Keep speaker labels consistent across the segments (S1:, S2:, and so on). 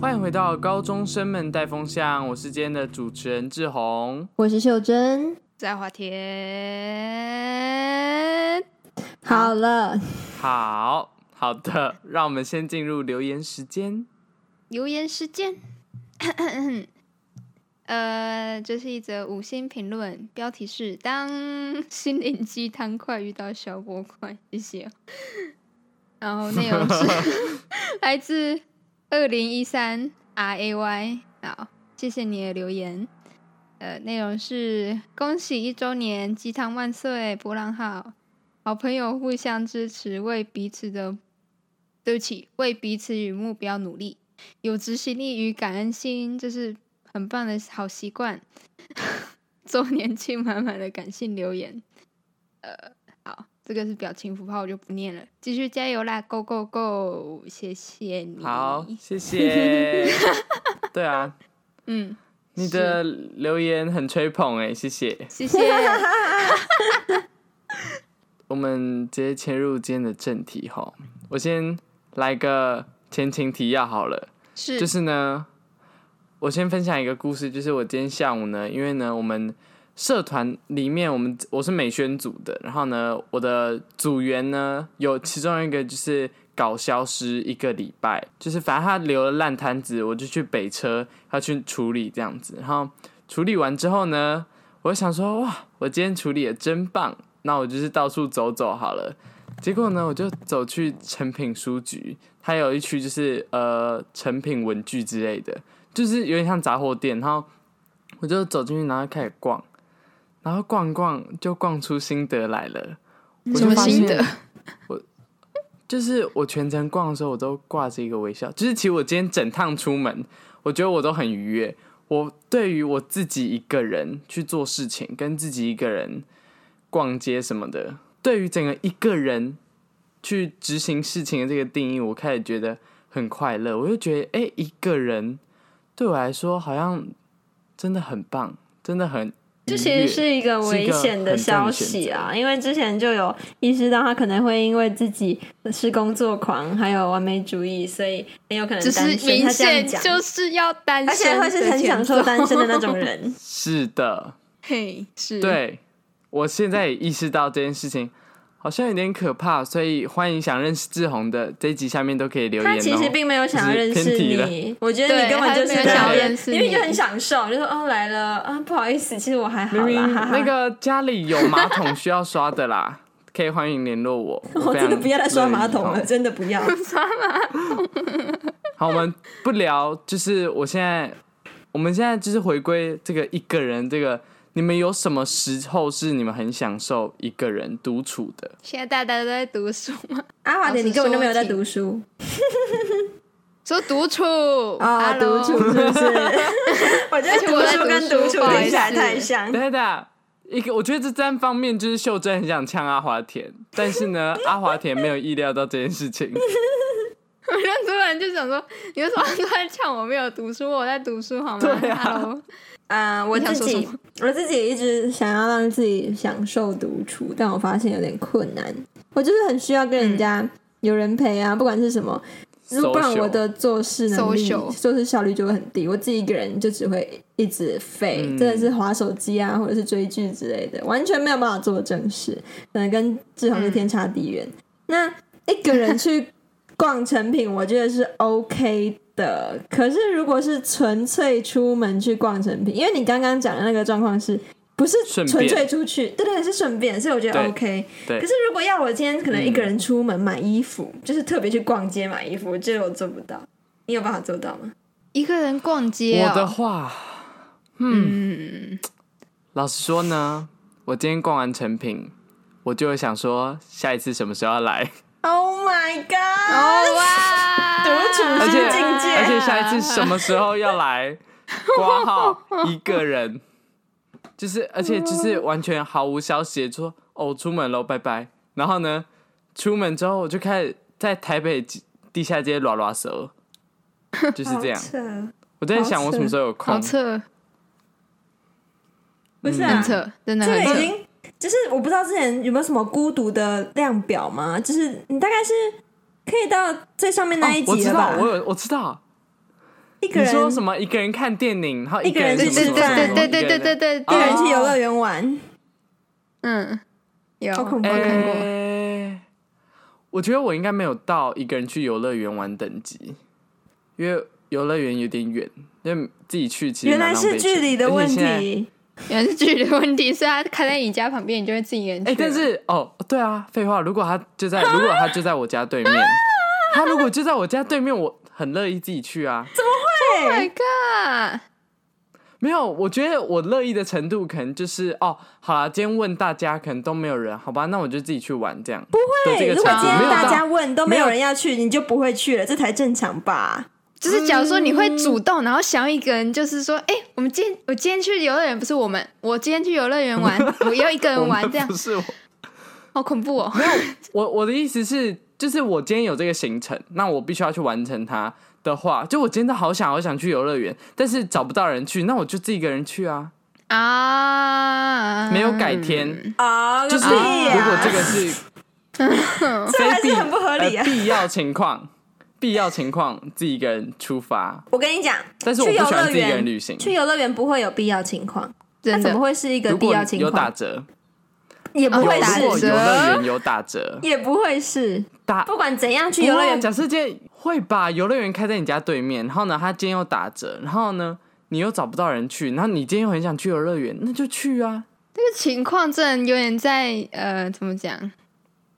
S1: 欢迎回到高中生们带风向，我是今天的主持人志宏。
S2: 我是秀珍。
S3: 在滑田，
S2: 好了，
S1: 好好的，让我们先进入留言时间。
S3: 留言时间。 呃，这是一则五星评论，标题是“当心灵鸡汤快遇到小波快”，谢谢。哦 然后内容是 来自二零一三 R A Y，好，谢谢你的留言。呃，内容是恭喜一周年，鸡汤万岁，波浪号，好朋友互相支持，为彼此的，对不起，为彼此与目标努力，有执行力与感恩心，这是很棒的好习惯。 周年庆满满的感性留言，呃，好，这个是表情符号，我就不念了。继续加油啦，Go Go Go！谢谢你。
S1: 好，谢谢。对啊，
S3: 嗯，
S1: 你的留言很吹捧哎、谢谢。
S3: 谢谢。
S1: 我们直接切入今天的正题哈，我先来个前情提要好了。
S3: 是，
S1: 就是呢，我先分享一个故事，就是我今天下午呢，因为呢，我们社团里面我们我是美宣组的，然后呢，我的组员呢有其中一个就是搞消失一个礼拜，就是反正他留了烂摊子，我就去北车要去处理这样子，然后处理完之后呢，我就想说哇，我今天处理也真棒，那我就是到处走走好了。结果呢，我就走去成品书局，它有一区就是呃成品文具之类的，就是有点像杂货店。然后我就走进去，然后开始逛，然后逛逛就逛出心得来了。我就
S3: 什么
S1: 发
S3: 心
S1: 现
S3: 得？
S1: 就是我全程逛的时候，我都挂着一个微笑。就是其实我今天整趟出门，我觉得我都很愉悦。我对于我自己一个人去做事情，跟自己一个人逛街什么的，对于整个一个人去执行事情的这个定义，我开始觉得很快乐。我就觉得，哎、一个人对我来说好像真的很棒，真的很
S2: 这
S1: 愉
S2: 其实
S1: 悦
S2: 是一个危险的消息啊，因为之前就有意识到他可能会因为自己是工作狂，还有完美主义，所以很有可能
S3: 只
S2: 单
S3: 是
S2: 身。
S3: 明
S2: 他这
S3: 显
S2: 样讲，
S3: 就是要单身，
S2: 而且会是很享受单身的那种。人。
S1: 是的，
S3: 嘿，是，，
S1: 对，我现在也意识到这件事情好像有点可怕，所以欢迎想认识志宏的这一集下面都可以留言、
S2: 他
S1: 哦。
S2: 其实并没有想要认
S1: 就是
S2: 识
S1: 偏题了
S2: 你，我觉得你
S3: 对
S2: 根本就是
S3: 他
S1: 没有想要
S2: 在
S3: 认识你
S2: 因为你就很享受，就说哦来了啊，不好意思，其实我还好
S1: 明
S2: 啦。
S1: 明
S2: 哈哈
S1: 那个家里有马桶需要刷的啦，可以欢迎联络 我。
S2: 我
S1: 非
S2: 真的
S1: 常
S2: 不要再刷
S1: 乐意
S2: 马桶
S1: 哦
S2: 了，真的不要。
S1: 好，我们不聊，就是我现在，我们现在就是回归这个一个人，这个你们有什么时候是你们很享受一个人独处的？
S3: 现在大家都在读书嘛，
S2: 阿华田，啊你根本就没有在读书
S3: 说独处
S2: 啊，
S3: 哈喽
S2: 独处是不是？ 我觉得读书跟独处听起来太像
S1: 等。一下等一下，一个我觉得这三方面就是秀珍很想呛阿华田，但是 呢，阿华田没有意料到这件事情。
S3: 我就突然就想说，你为什么突然呛我没有读书？我在读书好吗？
S1: 对啊
S3: Hello
S2: 嗯，我自
S3: 你想说什
S2: 己
S3: 么
S2: 我自己一直想要让自己享受独处，但我发现有点困难。我就是很需要跟
S3: 嗯
S2: 人家有人陪啊，不管是什么，如果不然
S1: Social
S2: 我的做事能力、
S3: Social
S2: 做事效率就会很低。我自己一个人就只会一直废，
S1: 嗯
S2: 真的是划手机啊，或者是追剧之类的，完全没有办法做正事，可能跟志宏是
S3: 嗯
S2: 天差地远。那一个人去逛成品，我觉得是 OK 的。可是如果是纯粹出门去逛成品，因为你刚刚讲的那个状况是。不是
S1: 顺
S2: 纯
S1: 便
S2: 粹出去，对对，是顺便，所以我觉得
S1: 对
S2: OK。
S1: 对
S2: 可是如果要我今天可能一个人出门买衣服，就是特别去逛街买衣服，我觉得我做不到。你有办法做到吗？
S3: 一个人逛街、哦，
S1: 我的话，
S3: 嗯，
S1: 老实说呢，我今天逛完成品，我就会想说下一次什么时候要来，
S2: Oh my god！
S3: 哦哇，
S2: 独处
S1: 而
S2: 是
S1: 且
S2: 境界
S1: 而且下一次什么时候要来，挂号一个人，就是而且就是完全毫无消息，就说哦我出门喽，拜拜。然后呢，出门之后我就开始在台北地下街拉拉蛇，就是这样
S2: 好。扯
S1: 我在想我什么时候有空
S3: 好，扯，
S2: 不是
S3: 很
S2: 啊，
S3: 扯，真的
S2: 这
S3: 很
S2: 个已
S3: 扯。
S2: 经就是我不知道之前有没有什么孤独的量表吗？就是你大概是可以到最上面那一
S1: 哦我
S2: 集
S1: 知
S2: 了吧？
S1: 道，我有我知道，
S2: 一个
S1: 你
S2: 人
S1: 说什么？一个人看电影，然后
S2: 一
S1: 一
S2: 个人去
S1: 什么什
S3: 对
S1: 么
S2: 吃
S1: 什
S2: 饭
S1: 么
S3: 对对
S1: 一个
S3: 对对对
S2: 一个
S1: 人
S3: 对对，
S2: 人
S1: 哦
S2: 去游乐园玩，
S3: 嗯，有
S2: 好恐
S3: 我
S2: 怖
S3: 看过，
S1: 哎我觉得我应该没有到一个人去游乐园玩等级，因为游乐园有点远，因为自己去其实
S2: 原
S1: 蛮
S2: 来
S1: 浪费
S2: 是距
S1: 钱
S2: 离的问。
S1: 而且现在
S2: 题。
S3: 原来是距离的问题，所以他开在你家旁边，你就会自己一个人去
S1: 哎、
S3: 了。
S1: 但是哦，对啊，废话，如果他就在， 如果他就在我家对面，他如果就在我家对面，我很乐意自己去啊。
S3: Oh，My God，
S1: 没有，我觉得我乐意的程度可能就是哦，好啦，今天问大家可能都没有人，好吧，那我就自己去玩这样。不会
S2: 对，
S1: 这
S2: 哎如
S1: 个
S2: 果
S1: 程度
S2: 今天
S1: 没有
S2: 大
S1: 到
S2: 家问都没有
S1: 没有
S2: 人要去，你就不会去了，这才正常吧？
S3: 就是假如说你会主动，然后想要一个人，就是说，哎，我们今天我今天去游乐园，不是我们，我今天去游乐 园玩，我要一个
S1: 我
S3: 人
S1: 们
S3: 玩，这样
S1: 不是我，
S3: 好恐怖 哦。
S1: 我我的意思是，就是我今天有这个行程，那我必须要去完成它的话，就我真的好想好想去游乐园，但是找不到人去，那我就自己一个人去啊。
S3: 啊，
S1: 没有改天，
S2: 嗯啊，
S1: 就是如果这个是
S2: 这
S1: 非
S2: 还
S1: 必
S2: 是很不合理
S1: 呃
S2: 啊！
S1: 必要情况，必要情况自己一个人出发，
S2: 我跟你讲，
S1: 但是我
S2: 去
S1: 不
S2: 游
S1: 喜欢
S2: 乐
S1: 自己一个人
S2: 园
S1: 旅行。
S2: 去游乐园不会有必要情况，那
S3: 真
S2: 怎
S3: 的
S2: 么会是一个
S1: 如
S2: 必
S1: 果
S2: 要情
S1: 有打
S2: 况？
S1: 折，
S2: 也不
S3: 哦
S1: 有
S2: 会
S3: 打
S1: 如果
S3: 折
S1: 游
S2: 是，
S1: 乐园有打折，
S2: 也不会是，
S1: 打
S2: 不管怎样去游乐
S1: 不会
S2: 园
S1: 啊，假设今天会把游乐园开在你家对面，然后呢，他今天又打折，然后呢，你又找不到人去，然后你今天又很想去游乐园，那就去啊。
S3: 这个情况真的有点在呃，怎么讲？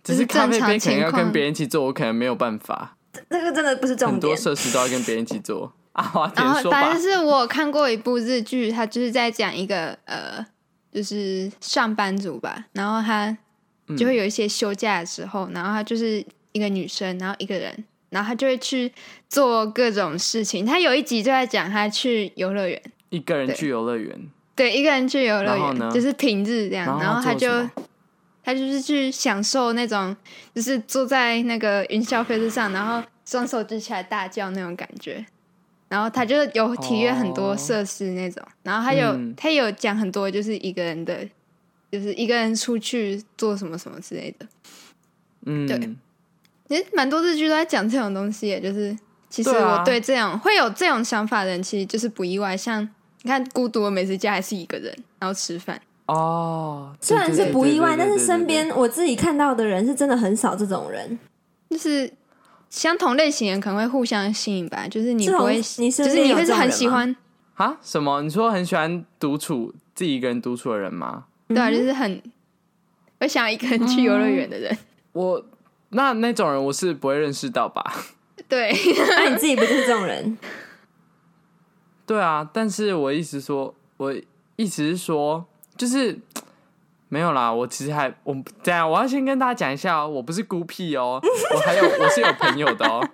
S1: 只是咖啡
S3: 这是
S1: 杯
S3: 正常
S1: 可能要
S3: 情况
S1: 跟别人一起做，我可能没有办法，
S2: 那个真的不是重
S1: 很多
S2: 点。
S1: 设施都要跟别人一起做 啊。华田
S3: 然后
S1: 说
S3: 反
S1: 吧
S3: 正，是我有看过一部日剧，他就是在讲一个呃，就是上班族吧，然后他
S1: 嗯
S3: 就会有一些休假的时候，然后他就是一个女生，然后一个人，然后他就会去做各种事情。他有一集就在讲他去游乐园，
S1: 一个人
S3: 对
S1: 去游乐园，
S3: 对，一个人去游乐
S1: 然后呢
S3: 园，就是平日这样，
S1: 然后
S3: 然后他
S1: 做
S3: 就
S1: 什么
S3: 他就是去享受那种，就是坐在那个云霄飞车上，然后双手举起来大叫那种感觉。然后他就有体验很多
S1: 哦
S3: 设施那种，然后他有、
S1: 嗯
S3: 他有讲很多就是一个人的，就是一个人出去做什么什么之类的。对
S1: 嗯，
S3: 其实蛮多日剧都在讲这种东西耶，就是其实
S1: 对啊
S3: 我对这种、会有这种想法的人，其实就是不意外。像你看《孤独的美食家》还是一个人，然后吃饭。
S1: 哦，
S2: 虽然是不意外，但
S1: 对对对对对对
S2: 是身边我自己看到的人是真的很少这种人。
S3: 就是相同类型人可能会互相吸引吧，就是你
S2: 这
S3: 不
S2: 种
S3: 会，
S2: 你身
S3: 就是
S2: 边
S3: 你
S2: 有
S3: 会
S2: 这
S3: 是
S2: 种
S3: 很
S2: 人
S3: 喜
S2: 吗
S3: 欢，
S1: 啊什么？你说很喜欢独处自己一个人独处的人吗？
S3: 对啊，就是很会想要一个人去游乐园的人，
S1: 我那那种人我是不会认识到吧？
S3: 对，
S2: 那啊你自己不就是这种 人？
S1: 对啊，但是我意思说，我意思是说，就是没有啦。我其实还我这样，我要先跟大家讲一下哦，我不是孤僻哦，我还有我是有朋友的哦。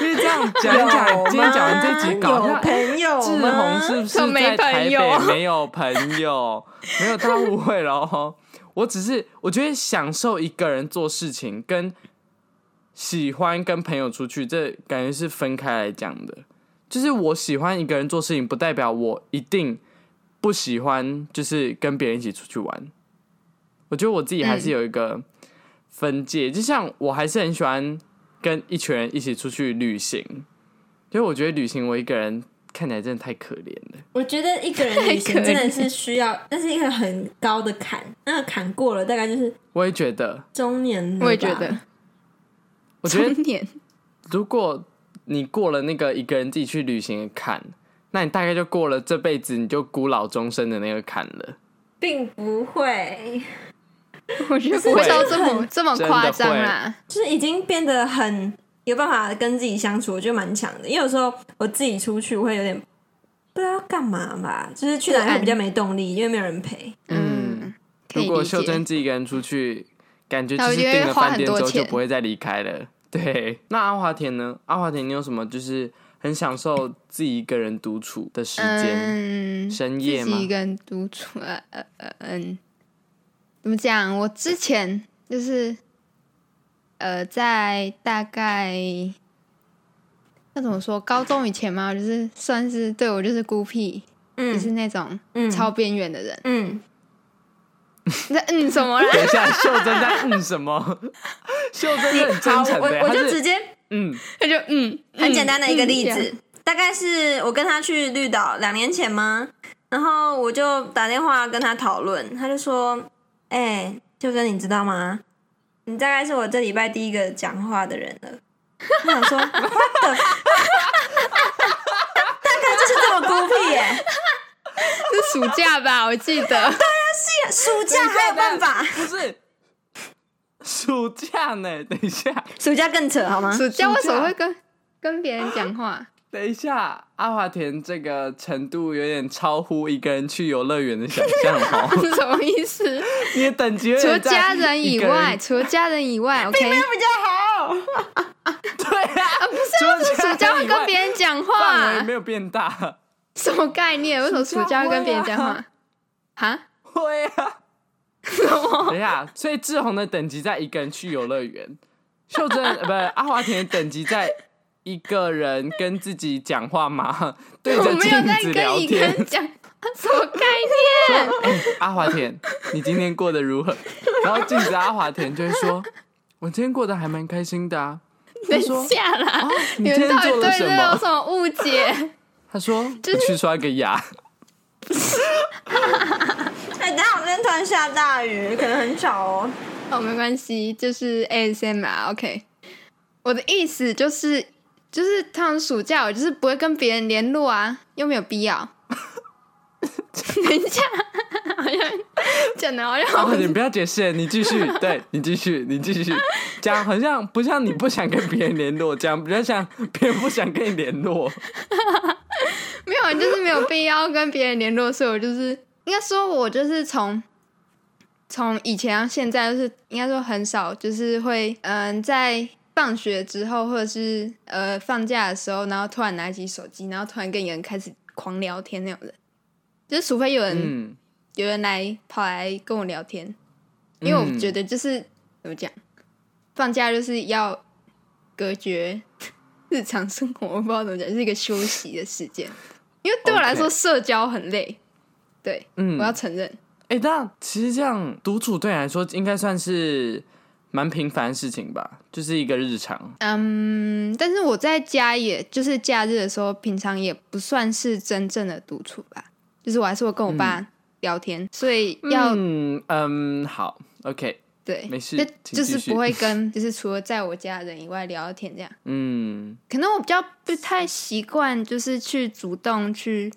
S1: 因为这样讲一讲，今天讲完这集，搞一
S2: 啊有啊
S1: 下
S2: 朋友
S1: 志
S2: 吗
S1: 宏是不是
S3: 都没
S1: 在台
S3: 朋友
S1: 北没有朋友？没有，他误会了哦。我只是我觉得享受一个人做事情，跟喜欢跟朋友出去，这感觉是分开来讲的。就是我喜欢一个人做事情，不代表我一定不喜欢，就是跟别人一起出去玩。我觉得我自己还是有一个分界，就像我还是很喜欢跟一群人一起出去旅行，因为我觉得旅行我一个人看起来真的太可怜了。
S2: 我觉得一个人旅行真的是需要，那是一个很高的坎，那个坎过了，大概就是
S1: 我也觉得，
S2: 中年了吧
S3: 我也觉得，
S1: 我觉得
S3: 中年
S1: 如果你过了那个一个人自己去旅行的坎，那你大概就过了这辈子你就孤老终生的那个坎了。
S2: 并不会，
S3: 我觉得不会
S1: 会
S3: 到这么这么
S1: 真的
S3: 夸张啦，
S2: 就是已经变得很有办法跟自己相处，我觉得蛮强的。因为有时候我自己出去，我会有点不知道要干嘛吧，就是去哪里会比较没动力，因为没有人陪。
S3: 嗯，可
S1: 如
S3: 以
S1: 果
S3: 理
S1: 秀珍
S3: 解。
S1: 自己一个人出去，感觉就
S3: 那我
S1: 是
S3: 就会
S1: 订了
S3: 花
S1: 饭
S3: 很
S1: 店
S3: 多
S1: 之后就
S3: 钱
S1: 不会再离开了。 对，那阿华田呢？阿华田，你有什么就是很享受自己一个人独处的时间、
S3: 嗯，
S1: 深
S3: 自
S1: 夜吗
S3: 己一？个人独处，呃呃呃嗯，怎么讲？我之前就是呃，在大概那怎么说，高中以前嘛，就是算是对我就是孤僻，就
S2: 嗯
S3: 是那种
S2: 嗯
S3: 超边缘的人。
S2: 嗯，
S3: 那嗯什么啦？
S1: 等一下，秀珍在嗯什 么？秀珍是很
S2: 好，
S1: 真诚
S2: 我
S1: 的，
S2: 嗯我
S1: 她
S2: 就是直接
S1: 嗯，
S3: 他就嗯，
S2: 很简单的一个例
S3: 嗯
S2: 子，大概是我跟他去绿岛两年前吗？然后我就打电话跟他讨论，他就说：“哎、就跟你知道吗？你大概是我这礼拜第一个讲话的人了。”我想说 ，what the，大概就是这么孤僻耶、
S3: 是暑假吧？我记得
S2: 暑假还有办法，
S1: 不是暑假呢？ 等一下，
S2: 暑假更扯好吗？
S3: 暑假
S1: 暑假
S3: 为什么会跟跟别人讲话？
S1: 等一下，阿华田这个程度有点超乎一个人去游乐园的想象 哦。
S3: 什么意思？
S1: 你的等级有
S3: 除了
S1: 点在
S3: 家人以
S1: 一个
S3: 外，除了家人以 外，OK，
S2: 比较好，
S1: 对啊，不是
S3: 为什么暑假会跟别人讲
S1: 范围
S3: 话啊
S1: 没？有变 大，
S3: 什么概念？为什么暑假会跟别人讲
S1: 暑假
S3: 话？啊？
S1: 会啊。等一下，所以志宏的等级在一个人去游乐园，秀珍呃不是阿华田的等级在一个人跟自己讲话 吗？对
S3: 我
S1: 着
S3: 没有
S1: 镜
S3: 在
S1: 子
S3: 跟
S1: 聊
S3: 你跟
S1: 天。哎
S3: 讲话， 什么概念？
S1: 阿华田，你今天过得 如何？然后镜子阿华田就会说：“我今天过得还蛮开心的啊。”
S3: 等
S1: 他
S3: 一
S1: 说
S3: 下啦，
S1: 你今
S3: 们
S1: 天
S3: 到底
S1: 做
S3: 对
S1: 了什
S3: 这有
S1: 么？
S3: 什么误解？
S1: 他说：“我去刷个牙。
S2: 哎、等一下我这边突然下大雨，可能很吵哦。
S3: 哦，没关系，就是 ASMR。OK，我的意思就是，就是他们暑假我就是不会跟别人联络啊，又没有必要。 等一下，好像讲的 好”
S1: 阿
S3: 像
S1: 华
S3: 我
S1: 田，不要解释，哦你 继续，对你继续，你继续讲，好像不像你不想跟别人联络，讲比较像别人不想跟你联络。
S3: 没有，就是没有必要跟别人联络，所以我就是应该说，我就是从从以前到现在，就是应该说很少，就是会嗯、在放学之后或者是呃放假的时候，然后突然拿起手机，然后突然跟一个人开始狂聊天那种人，就是除非有人、
S1: 嗯，
S3: 有人来跑来跟我聊天，因为我觉得就是、怎么讲，放假就是要隔绝日常生活，我不知道怎么讲，就是一个休息的时间。因为对我来说，
S1: OK
S3: 社交很累。对，
S1: 嗯
S3: 我要承认，
S1: 哎、那其实这样独处对你来说应该算是蛮平凡的事情吧，就是一个日常。
S3: 嗯，但是我在家也就是假日的时候，平常也不算是真正的独处吧，就是我还是会跟我爸聊天，所以要、
S1: 嗯嗯，好，OK，
S3: 对，
S1: 没事
S3: 那
S1: 请继
S3: 就是
S1: 续
S3: 不会跟，就是除了在我家的人以外聊聊天这样。
S1: 嗯，
S3: 可能我比较不太习惯，就是去主动去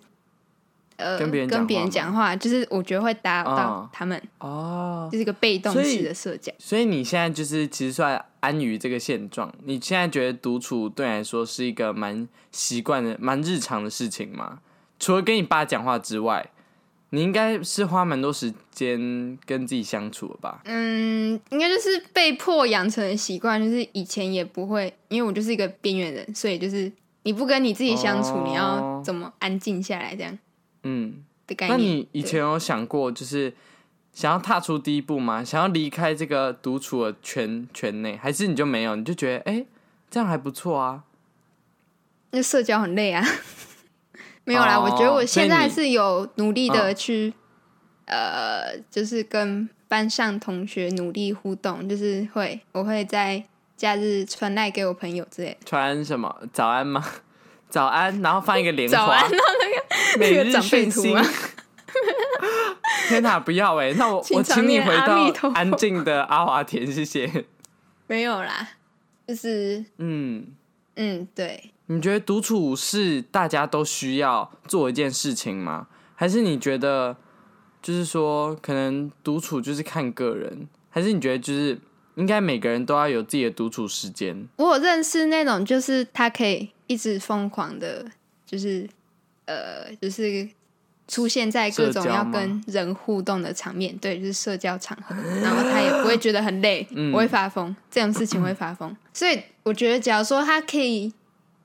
S3: 呃
S1: 跟别人讲话吗
S3: 讲话，就是我觉得会打扰
S1: 啊
S3: 到他们，
S1: 哦，
S3: 就是一个被动
S1: 所以
S3: 式的社交。
S1: 所以你现在就是其实算安于这个现状，你现在觉得独处对你来说是一个蛮习惯的、蛮日常的事情吗？除了跟你爸讲话之外，你应该是花蛮多时间跟自己相处了吧？
S3: 嗯，应该就是被迫养成的习惯，就是以前也不会，因为我就是一个边缘人，所以就是你不跟你自己相处，
S1: 哦
S3: 你要怎么安静下来这样
S1: 嗯，
S3: 的概
S1: 那
S3: 念。
S1: 你以
S3: 对
S1: 前有想过就是想要踏出第一步吗？想要离开这个独处的圈圈内，还是你就没有？你就觉得哎、诶这样还不错啊？
S3: 那社交很累啊。 没有啦，
S1: 哦
S3: 我觉得我现在
S1: 所
S3: 是有努力的
S1: 嗯
S3: 去，呃，就是跟班上同学努力互动，就是会我会在假日传赖给我朋友之类
S1: 传什么早安吗？ 早安，然后放一个莲
S3: 的。
S1: 花，
S3: 早安，然后那
S1: 每
S3: 个那
S1: 日
S3: 个长辈
S1: 讯息
S3: 图啊，
S1: 天哪，不要哎、那我
S3: 请
S1: 我请你
S3: 常念
S1: 回
S3: 阿弥陀
S1: 到
S3: 佛
S1: 安静的阿华田，谢谢。
S3: 没有啦，就是
S1: 嗯，
S3: 嗯，对，
S1: 你觉得独处是大家都需要做一件事情吗？还是你觉得就是说，可能独处就是看个人？还是你觉得就是应该每个人都要有自己的独处时间？
S3: 我有认识那种，就是他可以一直疯狂的，就是呃，就是出现在各种
S1: 社交
S3: 要
S1: 吗
S3: 跟人互动的场面，对，就是社交场合，然后他也不会觉得很累，我会发疯，这种事情会发疯。所以我觉得，假如说他可以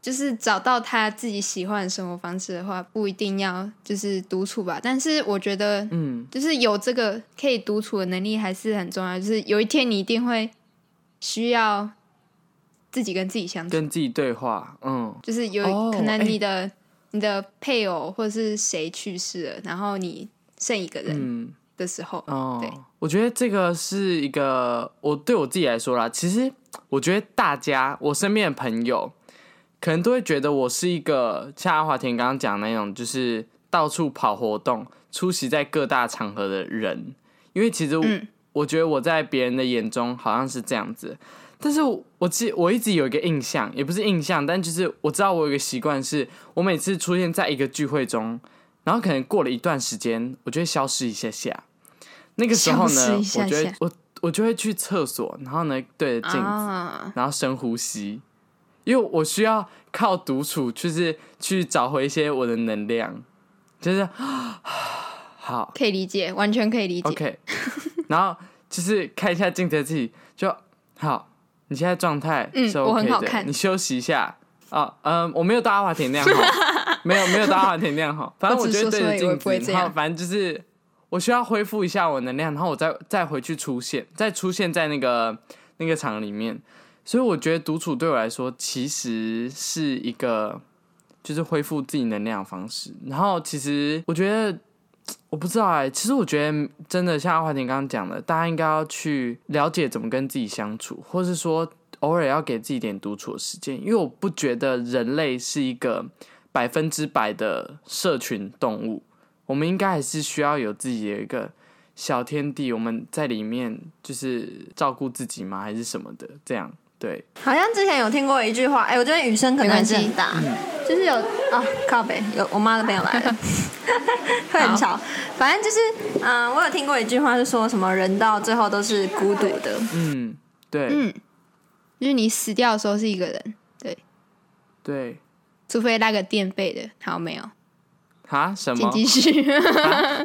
S3: 就是找到他自己喜欢的生活方式的话，不一定要就是独处吧。但是我觉得，
S1: 嗯，
S3: 就是有这个可以独处的能力还是很重要。就是有一天你一定会需要自己跟自己相处，
S1: 跟自己对话，嗯，
S3: 就是有、
S1: 哦
S3: 可能
S1: 哎
S3: 你的、你的配偶或者是谁去世了，然后你剩一个人的时候，
S1: 嗯哦
S3: 对，
S1: 我觉得这个是一个我对我自己来说啦，其实我觉得大家我身边的朋友可能都会觉得我是一个像阿华田刚刚讲的那种，就是到处跑活动、出席在各大场合的人，因为其实我,、
S3: 嗯
S1: 觉得我在别人的眼中好像是这样子，但是我我记我一直有一个印象，也不是印象，但就是我知道我有一个习惯是，我每次出现在一个聚会中，然后可能过了一段时间，我就会消失一下下。那个时候呢，我
S3: 消失一下
S1: 就会
S3: 下
S1: 我我就会去厕所，然后呢对着镜子，
S3: 啊，
S1: 然后深呼吸，因为我需要靠独处，就是去找回一些我的能量，就是 好
S3: 可以理解，完全可以理解。
S1: OK，然后就是看一下镜子自己，就好，你现在状态
S3: 嗯
S1: 是
S3: 我很
S1: OK
S3: 好
S1: 的，
S3: 看
S1: 你休息一下啊，嗯，我没有到阿华田那 样好， 没有没有到阿华田那样好，反正
S3: 我
S1: 我
S3: 只
S1: 就会
S3: 说
S1: 对
S3: 说而
S1: 着
S3: 已我也
S1: 镜
S3: 不会
S1: 子，
S3: 这
S1: 然后
S3: 样
S1: 反正就是我需要恢复一下我能量，然后我再再回去出现，再出现在那个那个场里面，所以我觉得独处对我来说其实是一个就是恢复自己能量的方式，然后其实我觉得。我不知道哎、其实我觉得真的像阿华田刚刚讲的，大家应该要去了解怎么跟自己相处，或是说偶尔要给自己一点独处的时间，因为我不觉得人类是一个百分之百的社群动物，我们应该还是需要有自己的一个小天地，我们在里面就是照顾自己吗，还是什么的？这样对，
S2: 好像之前有听过一句话，哎、我觉得雨声可能还是很大，就是有啊、靠北，有我妈的朋友来 了， 会很吵。反正就是，嗯、我有听过一句话是说什么人到最后都是孤独的，
S1: 嗯，对、
S3: 嗯，就是你死掉的时候是一个人，
S1: 对，
S3: 除非拉个垫背的。好，没有，
S1: 哈什
S3: 请
S1: 么？
S3: 继续，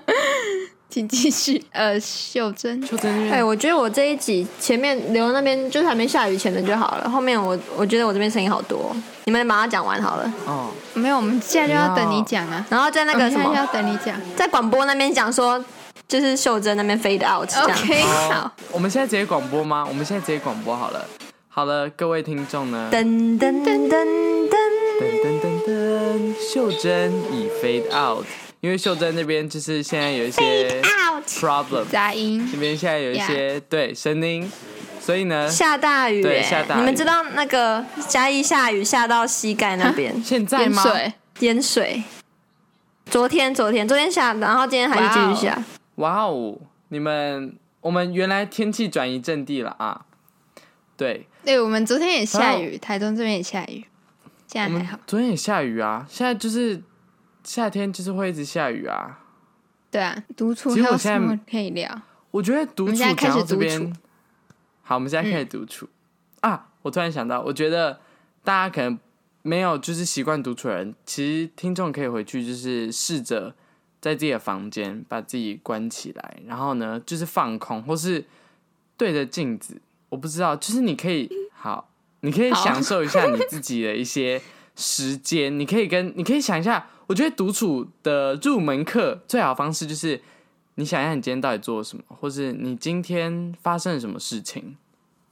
S3: 请继续。呃，秀珍，
S1: 邱真
S2: 哎、
S1: 月，
S2: 我觉得我这一集前面留那边就是还没下雨前的就好了，后面我我觉得我这边声音好多哦，你们把它讲完好了。
S1: 哦，
S3: 没有，我们现在就要等你讲啊。
S2: 然后在那
S3: 我
S2: 个
S3: 们
S2: 什
S3: 现在就
S2: 么，
S3: 要等你讲。
S2: 在广播那边讲说，就是秀珍那边 fade out 这样。
S3: OK，好，哎
S1: 我们现在直接广播吗？我们现在直接广播好了。好了，各位听众呢，
S2: 噔噔噔噔噔。
S1: 噔噔噔噔，秀珍已 fade out，因为秀珍那边就是现在有一些 problem，
S3: 杂音
S1: 这边现在有一些对声音，所以呢，
S2: 下大雨、
S1: 对
S2: 欸，
S1: 下大雨
S2: 你们知道那个嘉义下雨下到膝盖那边
S1: 现在
S3: 淹
S1: 吗？
S3: 水，
S2: 淹水。昨天，昨天，昨天下，然后今天还是继续下。
S1: 哇哦，你们我们原来天气转移阵地了啊！对，
S3: 对我们昨天也下雨，台中这边也下雨，
S1: 哦我
S3: 现在还
S1: 们
S3: 好。
S1: 昨天也下雨啊，现在就是夏天就是会一直下雨啊。
S3: 对啊，独处
S1: 其实
S3: 还有
S1: 我现在
S3: 什么可以聊？
S1: 我觉得独
S3: 我们
S1: 处
S3: 现在
S1: 讲
S3: 开始
S1: 到这
S3: 独
S1: 边
S3: 处，嗯
S1: 好，我们现在开始独处、啊！我突然想到，我觉得大家可能没有就是习惯独处的人，其实听众可以回去就是试着在自己的房间把自己关起来，然后呢就是放空，或是对着镜子，我不知道，就是你可以好，你可以
S3: 好
S1: 享受一下你自己的一些时间，你可以跟你可以想一下，我觉得独处的入门课最好的方式就是你想一下你今天到底做了什么，或是你今天发生了什么事情，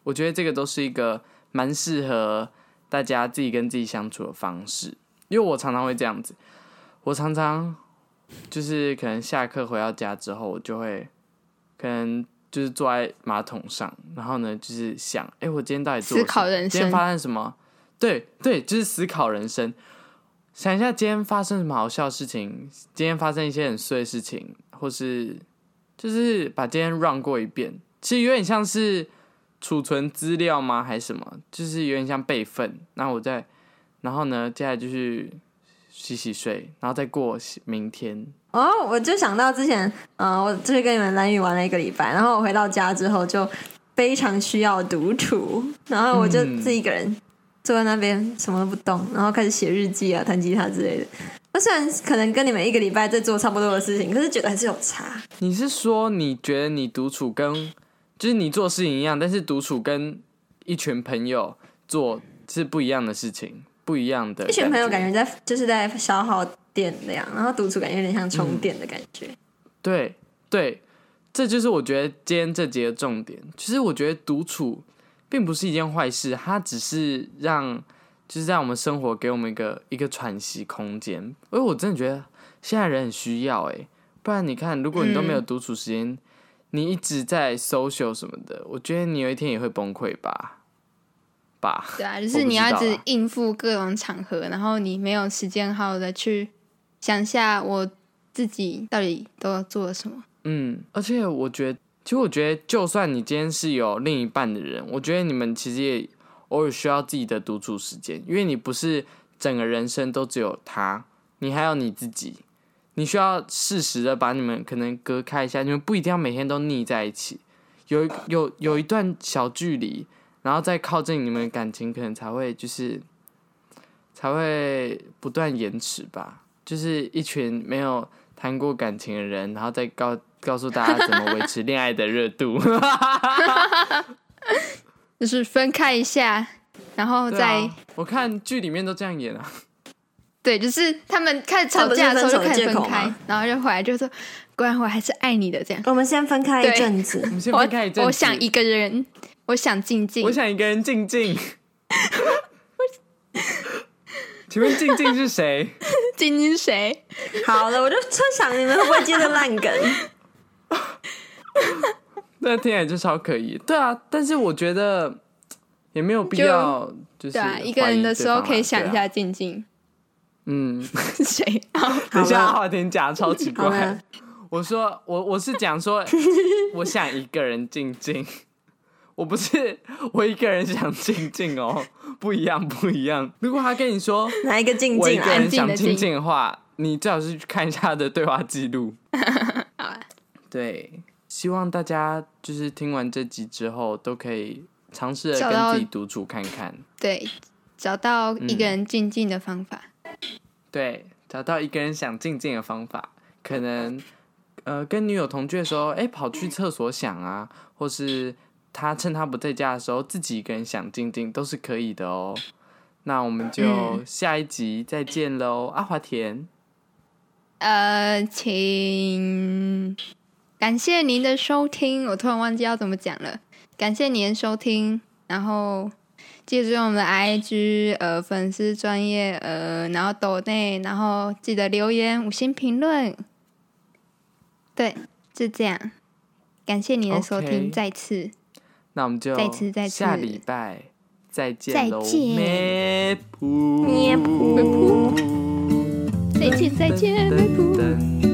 S1: 我觉得这个都是一个蛮适合大家自己跟自己相处的方式，因为我常常会这样子，我常常就是可能下课回到家之后，我就会可能就是坐在马桶上，然后呢就是想，哎、我今天到底做了
S3: 思考
S1: 什么
S3: 人
S1: 今天
S3: 生
S1: 发生什么？对对，就是思考人生，想一下今天发生什么好笑的事情，今天发生一些很碎的事情，或是就是把今天 run 过一遍，其实有点像是储存资料吗？还是什么？就是有点像备份。那我再，然后呢，接下来就是洗洗睡，然后再过明天。
S2: 哦，我就想到之前，嗯、我就是跟你们蓝雨玩了一个礼拜，然后我回到家之后就非常需要独处，然后我就
S1: 嗯
S2: 自己一个人坐在那边什么都不动，然后开始写日记啊、弹吉他之类的。那虽然可能跟你们一个礼拜在做差不多的事情，可是觉得还是有差。
S1: 你是说你觉得你独处跟就是你做事情一样，但是独处跟一群朋友做是不一样的事情，不一样的
S2: 一群朋友感
S1: 觉
S2: 觉在就是在消耗电量，然后独处感觉有点像
S1: 嗯
S2: 充电的感觉。
S1: 对对，这就是我觉得今天这节的重点。其实我觉得独处并不是一件坏事，它只是让就是让我们生活给我们一个一个喘息空间。而我真的觉得现在人很需要哎、不然你看，如果你都没有独处时间，你一直在 social 什么的，我觉得你有一天也会崩溃吧。吧？
S3: 对啊，就
S1: 我
S3: 是
S1: 不知
S3: 你要一
S1: 道
S3: 直
S1: 啦
S3: 应付各种场合，然后你没有时间好好的去想下我自己到底都做了什么。
S1: 嗯，而且我觉得，其实我觉得，就算你今天是有另一半的人，我觉得你们其实也偶尔需要自己的独处时间，因为你不是整个人生都只有他，你还有你自己，你需要适时的把你们可能隔开一下，你们不一定要每天都腻在一起，有一有有一段小距离，然后再靠近你们的感情，可能才会就是才会不断延迟吧。就是一群没有谈过感情的人，然后再告告诉大家怎么维持恋爱的热 度。啊
S3: 就是分开一下，然后
S1: 对
S3: 再
S1: 啊、我看剧里面都这样演啊。
S3: 对就是他们开始吵架的时
S4: 这不
S3: 候就
S4: 是分手的
S3: 开始
S4: 借
S3: 分
S4: 口吗
S3: 开，然后就回来就说：“果然我还是爱你的。”这样，
S4: 我们先分开一阵子
S1: 我，们先
S3: 我
S1: 分开一阵子
S3: 我想一，个人，我想静静
S1: 我，想一个人静 静。请问静静是谁？
S3: 静静是谁？
S4: 好了，我就在想你们会不会接着烂梗？
S1: 那听起来就超可疑。对啊，但是我觉得也没有必
S3: 就
S1: 要，就是
S3: 对啊，
S1: 怀疑
S3: 一个人的时候
S1: 对方啊
S3: 可以想一。
S1: 对
S3: 下
S1: 啊
S3: 静静
S1: 嗯，
S3: 是谁。
S4: 好
S1: 等一下
S4: 了，
S1: 话题讲超奇
S4: 好了
S1: 怪。我说我我是讲说，我想一个人静静，我不是我一个人想静静哦，不一样不一样。如果他跟你说
S4: 哪一个静
S1: 我一
S4: 静
S1: 个
S4: 啊？
S1: 人想静静的话，你最好是去看一下他的对话记录。
S3: 好啊，
S1: 对，希望大家就是听完这集之后，都可以尝试
S3: 找
S1: 着
S3: 到
S1: 跟自己独处看看，
S3: 对，找到一个人静静的方法。
S1: 对，找到一个人想静静的方法，可能呃跟女友同居的时候，哎、跑去厕所想啊，或是他趁他不在家的时候，自己一个人想静静都是可以的哦。那我们就
S3: 嗯
S1: 下一集再见喽，阿华田，
S3: 呃，请感谢您的收听，我突然忘记要怎么讲了。感谢您的收听，然后记住我们的 IG 呃粉丝专业呃，然后抖内，然后记得留言五星评论。对，就这样。感谢您的收听
S1: OK
S3: 再次
S1: 那我们就
S3: 再次再次
S1: 下礼拜再见
S3: 再
S1: 喽，
S3: 见
S1: 咩噗
S4: 咩噗
S3: 再见再见，拜拜。
S1: 拜。